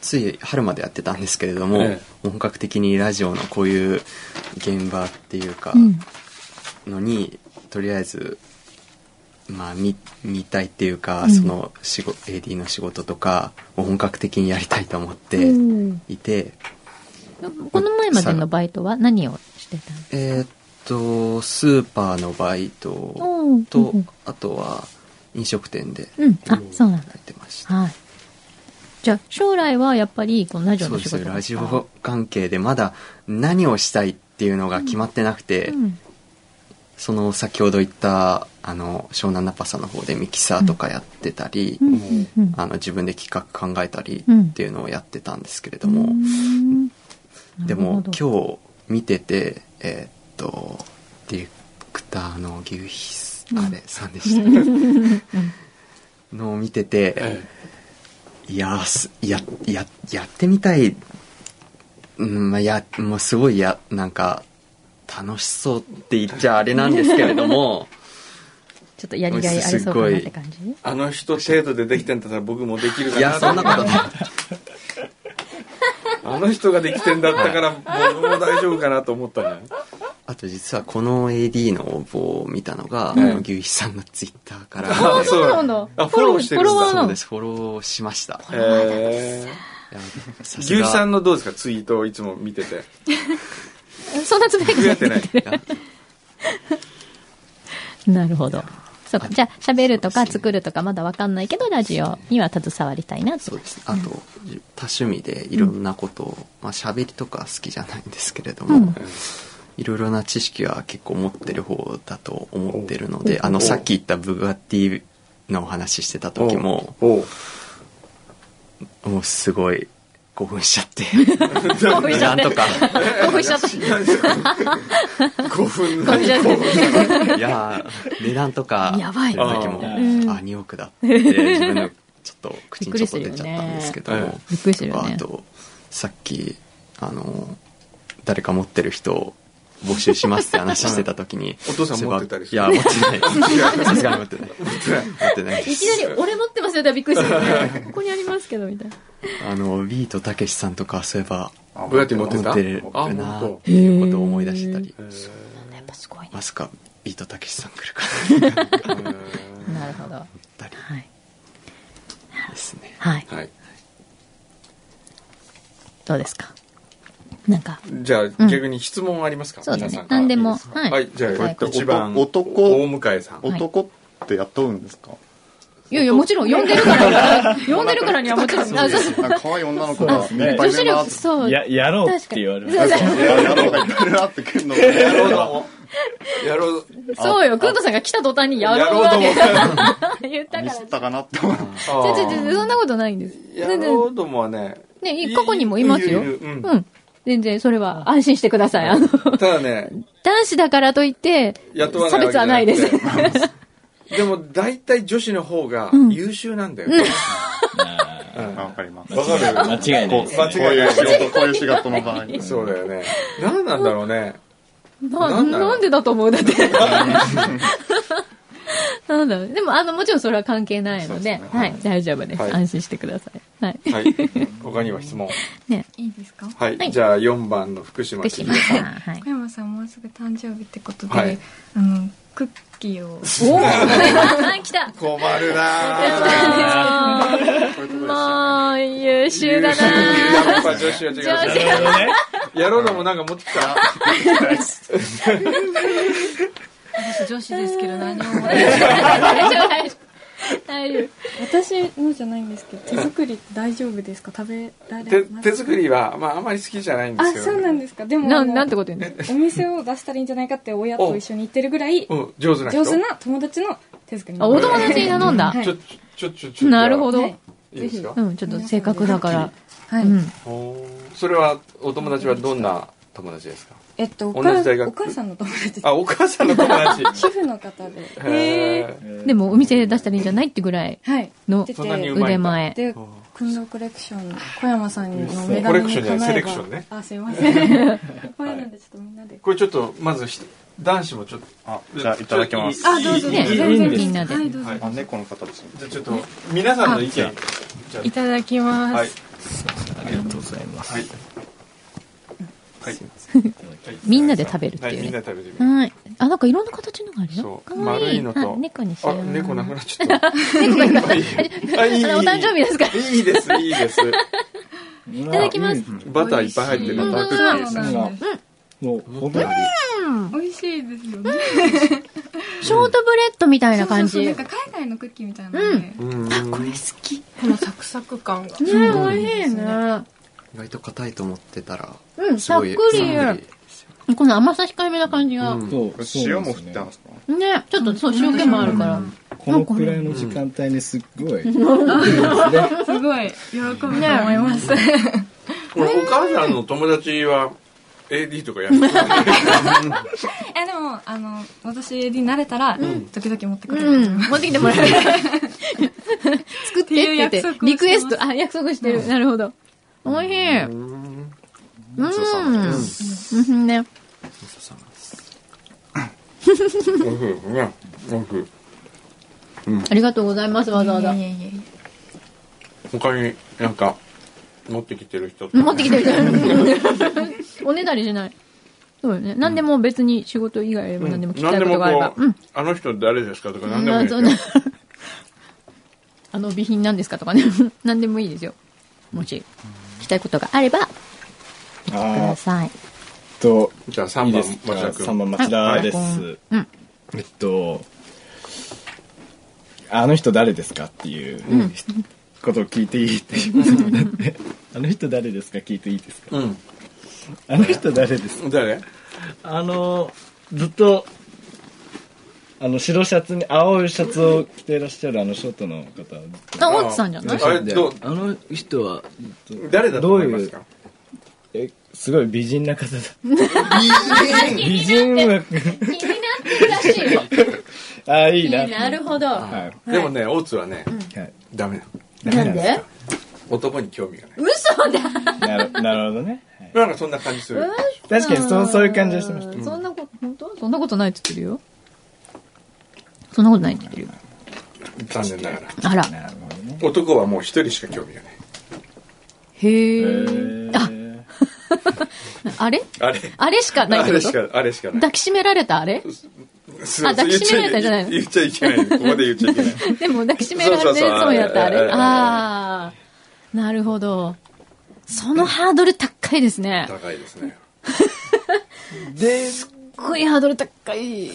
つい春までやってたんですけれども、
え
本格的にラジオのこういう現場っていうか
うん。
のに、とりあえずまあ見見たいっていうか、
うん
その仕事 AD の仕事とかを本格的にやりたいと思って
うん
いて、
この前までのバイトは何をしてたの
えーっとスーパーのバイト
うん
と、
うん
あとは飲食店で
うん、あ、そうなんだ
や。ってました
はい。じゃあ、将来はやっぱり、このラジオ
そ
の
うで
仕
す
事
よラジ
ですか
オ関係でまだ何をしたいっていうのが決まってなくて、
うん
その先ほど言ったあの湘南ナパさんの方でミキサーとかやってたり、
うんうんうん
あの自分で企画考えたり
うん
っていうのをやってたんですけれども、
うん
でも
なるほど
今日見ててえーっとディレクターの牛皮あれさんでした、のを見てて、
え
いやーすやややってみたい、うんまあ、やもうすごいやなんか楽しそうって言っちゃあれなんですけれども
ちょっとやりがいありそうかなって感じ
あの人程度でできてんだったら僕もできるか
いやそんなことない
あの人ができてんだったから僕も大丈夫かなと思ったね
あと実はこの AD の応募を見たのが、
ええ
あの牛皮さんのツイッターから
あそう
そうなんだ
あフォローしてるんだ
フォロワーな
そう
の
ですフォローしました
へえ
いやさす
牛
が
肥さんのどうですかツイートをいつも見てて
そんなつぶや
増えてない
いや
なるほど。そうか。じゃあ、喋るとか作るとかまだわかんないけど、ラジオには携わりたいなって
そうですねあと多趣味でいろんなことを、まあ喋りとか好きじゃないんですけれども、
うん
いろいろな知識は結構持ってる方だと思ってるの
お
で
う
あ
お
の
う
さっき言ったブガッティのお話ししてた時も
おう
もうすごい興奮しちゃって
興奮しちゃ
な
っ
ん
て
とか
興奮しちゃった。
5分
興奮しちゃって。
いやー値段とか
やばい
言った時も
あ
あ
ー
2億だって自分のちょっと口にちょっと
びっくり
出
す
ち
るよ
ゃっ
ね
たんですけど
え
も
びっくりするよね
あ。とさっきあの誰か持ってる人を募集しますって話してた時に
お父さん持ってたりす
い
る
や持ってないさすがに持って ない持ってないで
いき
す
なり、俺持ってますよってびっくりするよね。ここにありますけど、みたいな。
あのビートたけしさんとかそういえば
どうやって持
持
っ
って
た
てる
あ
な
本
っていうことを思い出してたり
やっぱすごいね
ま。さかビートたけしさん来るかなと思
当
っ
へ
なるほど。は
たり
い。
ですね
はい
え。はい
どうですかなんか、
じゃあ
ん
逆に質問ありますか
そうだね
皆さん
何でも
いいすか
はい
はいじゃあ
はい
一番
男
大向井さん
男って雇うんですか、
いやいや、もちろん、呼んでるから、呼んでるからにはもちろん、あ、そう
なんか可愛い女の子がいっ
ね
ぱ
女
いい
子
るな
力、
って。
そう。
ややろうって言われる
確かに
いや、やろうがいっぱいいるなってくるの。やろうだ。
やろう
そうよ、くんとさんが来た途端にやろう
や
が
ろう
ね
ども
言った
ミ
か
スったかなって思う。
ら。
あ
ちょちょちょ、そんなことないんです。
ーやろうどもはね
ね、い過去にもいますよ。
いるいるうん
うん。全然、それは安心してください。あの、
ただね
男子だからといって、
雇わ
差
ないわけ
別
じゃ
は
な
ないいです。
でも大体女子の方が優秀なんだよね
あ
あわかります。
わかる
ー間違いないですね
間違い
こういう仕事、こういう仕事の場合。
そうだよね何なんだろうね
な、
なんだろう
なんでだと思うだって。なんだろう。でも、あの、もちろんそれは関係ないので、
そうですね
はい、大丈夫です、
はい
安心してください。はい。
はい。他には質問。
ね。
いいですか
はい。
はい
じゃあ、4番の福島
福
千
島
里さ
さん。
ん。
はい
小。山さんもうすぐ誕生日ってことで、
はい
あのクッキーを
おお ー来た
困るな
も
ぁ。
う、優秀だな
やっぱ女子は違う。
女子
なるほどね。
やろうのもなんか持ってき た。
私女子ですけど何も
大丈夫、大丈夫。大丈夫。
私のじゃないんですけど手作りって大丈夫ですか食べら
手
れます
手作りは、まあ、あんまり好きじゃないんで
あ
すけど、
そうなんですかでも
な
あ
ん、
の
なんてこと言うんだよ。
お店を出したらいいんじゃないかって親と一緒に行ってるぐらい
うん、上手な人。
上手な友達の手作り
あ、お友達に頼んだ。
ちょ、ちょ、ちょ、ちょ。
なるほ
ど。
ど。
はい
いいですか
う。ん、ちょっと正確だから。
はい、
うん。
おーそれは、お友達はどんな友達ですか
えっとお
同
母
じ大学
お母さんの友達です
あ、お母さんの友達。
主婦の方で
へ
へ
ー
でも、お店出したらいいんじゃないってぐらい
はい
の
出
そんなにう
て
まい
腕前。
んだ
で
あー
君堂コレクション小山さんの目
コレ
玉
クショ
に
ンじゃない
叶えば
セレクションね
あすいませ んこれなんでちょっとみんなで
これちょっと、まずひ、男子もちょっと。
あじゃあいただきます
あ
どうぞ
ね、
いい
全然
いい
みんなで
は。いどうぞ
はい
あ猫の形に
じゃあちょっと、皆さんの意見。じゃあ
いただきます、
はい。
ありがとうございます。
はい。はい。
みんなで食べるって
はいい、
う
みんな
ね。
で食べてみる。
はい。あ、なんかいろんな形のがあるよ
そ。う
かわい
丸
い。
いのと
あ猫にし
あ
よう。、
猫なくなっちゃった。
猫がいなくなっ
あいいいい
あのお誕生日ですから
いいです、いいです。
い
ただきます
うん
バターいっぱい入ってるの食べて
そ
いういで
な
す
ん
ね。
です
もう、本当に。
美味しいですよね
ショートブレッドみたいな感
そうそうそ
じ
うなん。か海外のクッキーみたいなので
うん。
このサクサク感が
ね、美味しいね。
意外と硬いと思ってたら
うん、
す
さっ
ご
く
い
り。この甘さ控えめな感じが。
うん
そう
これ
そう
塩
なんで
も
す
振っ
よね
てますか
ね、ちょっとそう、塩気もあるから。
このくらいの時間帯にすっごい。
すごい喜ぶと思います
これお母さんの友達は AD とかやる。
えでもあの私に慣れたら時々持ってくる、
うん、持ってきてもらえ る。作ってって言って
っていう約束をしてます
リクエスト、あ、約束してる。なるほど。美味しい。う
うん
ん。うん、ね。
おいしいですね。おいしい
ありがとうございます、わざわざ。
いやいやいや
他になんか持ってきてる人って
持ってきてる。 おねだりしない。そうよね。何でも別に仕事以外でも何でも聞きたいことがあれば。
う
うんん
何でもこ。うあの人誰ですかとか何でもいい
あ
です
そ
よ
うね あの備品なんですかとかね 何でもいいですよもし聞きたいことがあればく
あ
だ
ーっ
さい
と、
じゃあ
いい
3
で
番
すか
松田
3
君
番町田で
は
す
い。うん
えっと、あの人誰ですかっていう、ことを聞いていいって言いますんだって。あの人誰ですか聞いていいですかあの人誰ですか
うん誰
あの、ずっと、あの、白シャツに青いシャツを着ていらっしゃるあのショートの方、ずっと
あ大津さんじゃない
あれどう
あの人は
誰だと思いますか
え、すごい美人な方だ。美人美人枠。
気になってるらしいよ
ああ、いいな。
なるほど
はい。は
でもね大津はね
い。
ダメなの
なんで
男に興味がない
嘘だ
なるなるほどね。はい
なんかそんな感じする
確かにそう、そういう感じがしてました。
そんなこと本当そんなことないって言ってるよそんなことないって言ってるよ
残念ながら
あら
なるほどね。
男はもう一人しか興味がない
へえ
えー、
あれ
あれ
あれしかないっ
あ
て
れ
こ
し
と
かあれしかない
抱きしめられたあれ
そう
あ抱きしめられたじゃないの
言っちゃいけないここで言っちゃいけない
でも抱きしめられそうやったあ
そうそう
れ
そう
ああ、なるほど。そのハードル高いですね。
高いですね
で、
すっごいハードル高い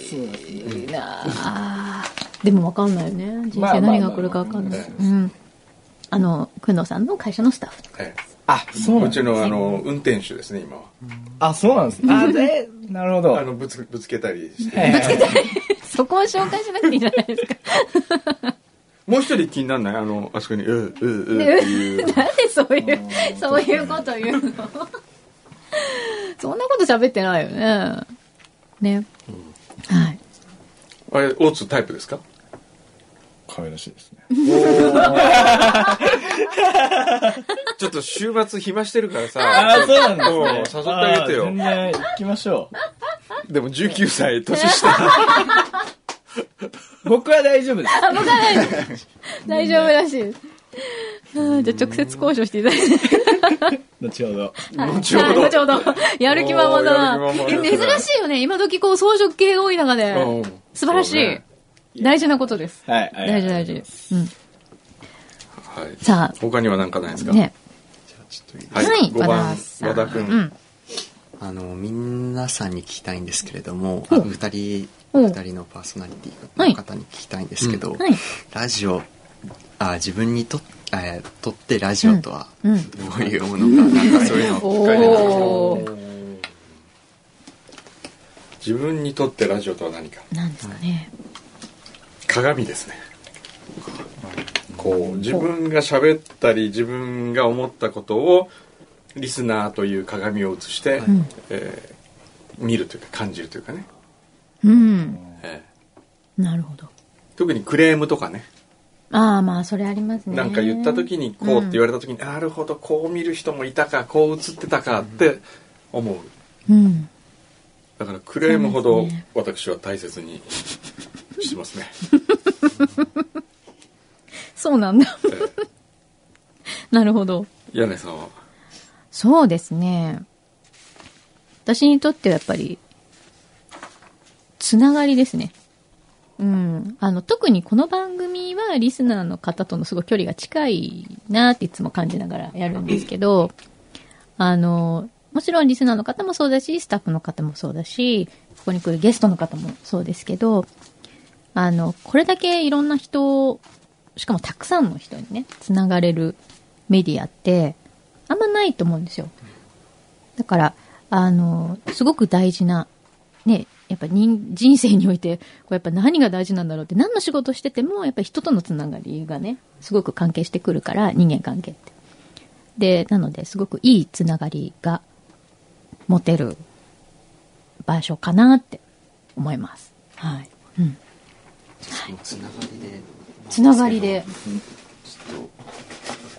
なあでも分かんないよね。人生何が来るか分かんない。
まあま
うん。あの、くんどうさんの会社のスタッフ。
え
あ、そう
えうん
なで
ち
すね
のあの運転手ですね今は
あ、そうなんですね。あ、で、なるほど。
あのぶつぶつけたりして
はいはい
そこは紹介しなくていいじゃないですか。
もう一人気にならないあのあそこに「ううう」っていう
なんでそういう、そういうこと言うの そんなこと喋ってないよね。ね。はい。
あれ大津タイプですか
可愛らしいですね。
ちょっと週末暇してるから
あ、
さ
そうなんですね。
うん誘ってあげてよ
ー全然行きましょう。
でも19歳年 下
僕は大丈夫です。
大丈夫らしいです。はあじゃあ直接交渉していただいて。
後ほど。
後ほ
はい
ど
後ほど。やる気満々だな
おーやる気満。々
え珍しいよね。今時こう装飾系多い中で
うん。
素晴らし
そうね
い。大事なことです。
はい。あ
大
りが
事
とうござ
大
い
事
ます。。
うん。
はい
さ
他には何かないです
あ、
か
ね。
はい、
はい
5番
和田さん
和田君、
うん。
あの皆さんに聞きたいんですけれども、あの二人
うん
二人のパーソナリティの方に聞きたいんですけど、
はい。
ラジオあ自分にとっ,、えーとってラジオとは
うん。
どういうものか、なんかそういうのを聞かれたんですけど
おー。
自分にとってラジオとは何か
なんですかね。
鏡ですねこう自分が喋ったり自分が思ったことをリスナーという鏡を映して、
ん
えー見るというか感じるというかね、
うん。
え
なるほど。
ー特にクレームとかね
ああ、まあ、それありますね。
なんか言った時にこうって言われた時に、なるほどこう見る人もいたかこう映ってたかって思う
うん。
だからクレームほ
そう
ど
ですね
私は大切にしてますね
そうなんだ。
えー
なるほど。
柳、さんは
そうですね。私にとってはやっぱり、つながりですね。うん。あの、特にこの番組はリスナーの方とのすごい距離が近いなっていつも感じながらやるんですけど、あの、もちろんリスナーの方もそうだし、スタッフの方もそうだし、ここに来るゲストの方もそうですけど、あの、これだけいろんな人を、しかもたくさんの人にね、つながれるメディアって、あんまないと思うんですよ。だから、あの、すごく大事な、ね、やっぱ人人生において、こうやっぱ何が大事なんだろうって、何の仕事してても、やっぱり人とのつながりがね、すごく関係してくるから、人間関係って。で、なので、すごくいいつながりが持てる場所かなって思います。はい。うん。
つながりで
つながりで。
ちょっと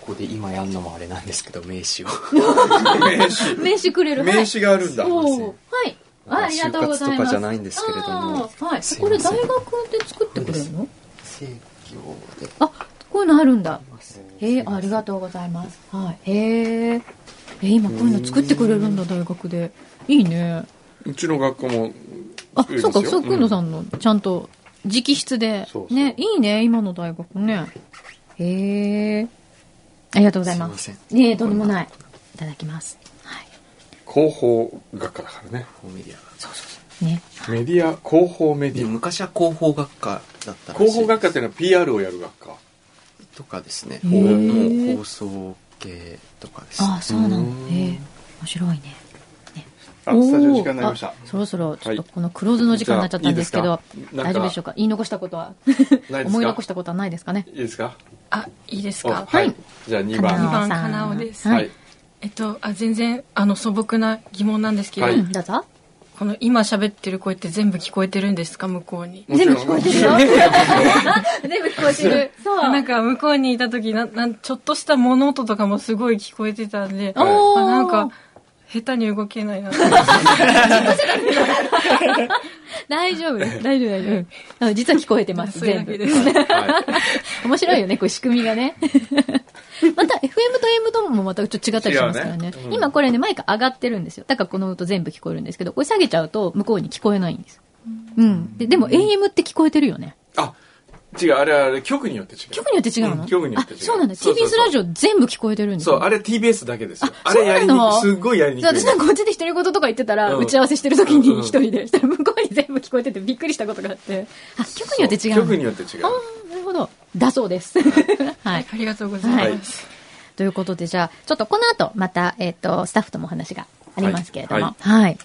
ここで今やるのもあれなんですけど名 刺を
名刺
名刺くれる。
名刺があるんだ、
おーはい。あありがとうございます。
就活とかじゃないんですけれども
あーはい。
すい
こ
ま
れ
せん
大学で作ってくれるの
正教で
あ、こういうのあるんだ。
す
へえ、ありがとうございます。はい。へえ。え、今こういうの作ってくれるんだ、大学で。いいね。
うちの学校も
あ、
いいです
そう
よ
か、そう、くんのさんの、ちゃんと、直筆で
そう。そう
ね、いいね、今の大学ね。へえ。ありがとうございます。
すいま
ねえ、とんでもない。いただきます。はい。広
広報学科だからね
メディアが
ね。
メディア広報メデ
で
ィ
昔は広報学科だっ
ア
たらしい
広報学科っていうのは PR をやる学科
とかですね
へー
もう放送系とかですね
ああ、そうなんだ。へえ。面白いね。
あスタジオ時間になりまし
おー
た
あそろそろちょっと
はい
このクローズの時間になっちゃったんですけ
じゃ
ど
あいいですかなんか
大丈夫でしょうか言い残したことは
ないですか
思い残したことはないですかね
いいですか
あいいです
お
か
はい
じゃあ2
かなおさ
番
ん
二番かなおです
はい、
えっとあ全然あの素朴な疑問なんですけど、
は
う
い
ん、どうぞ
この今喋ってる声って全部聞こえてるんですか向こうに
もち
全
ろ
部
ん
聞こえてるよ全部聞こえてるそう
なんか向こうにいた時ななんちょっとした物音とかもすごい聞こえてたんであ
おー
なんか下手に動けないな
大丈夫です大丈夫大丈夫うん実は聞こえてます
それ
全
だ
部
けです
は
面白いよねこういう仕組みが ねまた FM と AM ともまたちょっと違ったりしますからね
違うねうん
今これねマイク上がってるんですよだからこの音全部聞こえるんですけどこれ下げちゃうと向こうに聞こえないんですうんででも AM って聞こえてるよね
あ違うあれあれ局によって違う
局によって違うの、
うん局によって違う
あそうなんだ。
そうそう
TBS
そう
ラジオ全部聞こえてるんです
そう
よ
あれ TBS だけですよ
あ
あれやりに
そうな
く
の
いすっごいやりにくい
そう私なんかこっちで独り言とか言ってたら、
うん
打ち合わせしてる時に
うん
一人で、したら向こうに全部聞こえててびっくりしたことがあって。あ、局によって違うの。
そう局によって違う
ああ、なるほど。だそうです。 はい。
ありがとうございます、
ということで、じゃあ、ちょっとこの後、また、えっ、と、スタッフともお話がありますけれども、は
はい
い。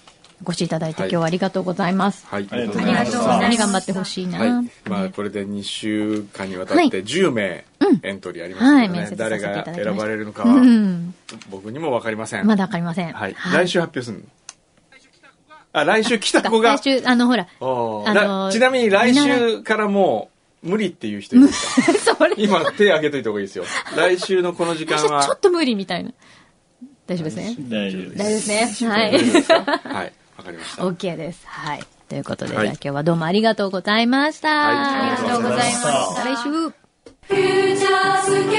ご視聴いただいて今日はありがとうございます。
はい
ありがとうご
あ
ざ
り
い
がとうございます。
ました
頑張ってほしいな。
はいまあ、これで2週間にわたって10名エントリーあります
はい
ので、
面接
ね
させて
誰
いただ
が
きました
選ばれるのか
う
は
ん。
僕にも分かりません、
まだわかりません。
はい、来週発表するのあ来週来た子が
来週、あの、 ほら、
おー
あの
らちなみに来週からもう無理っていう人いるんですか
それ、
今手挙げといた方がい いですよ来週のこの時間
私はちょ
は
っと無理みたいな。大丈夫ですね。
大丈夫
大
で
丈夫ですね。は
大丈夫
い。
ですかはいわかりました。
OK です。はい。ということで、
はい
じゃあ今日はどうもありがとうございました。
はいありがとうございま
ありがとうございました。来週。
フューチャースケープ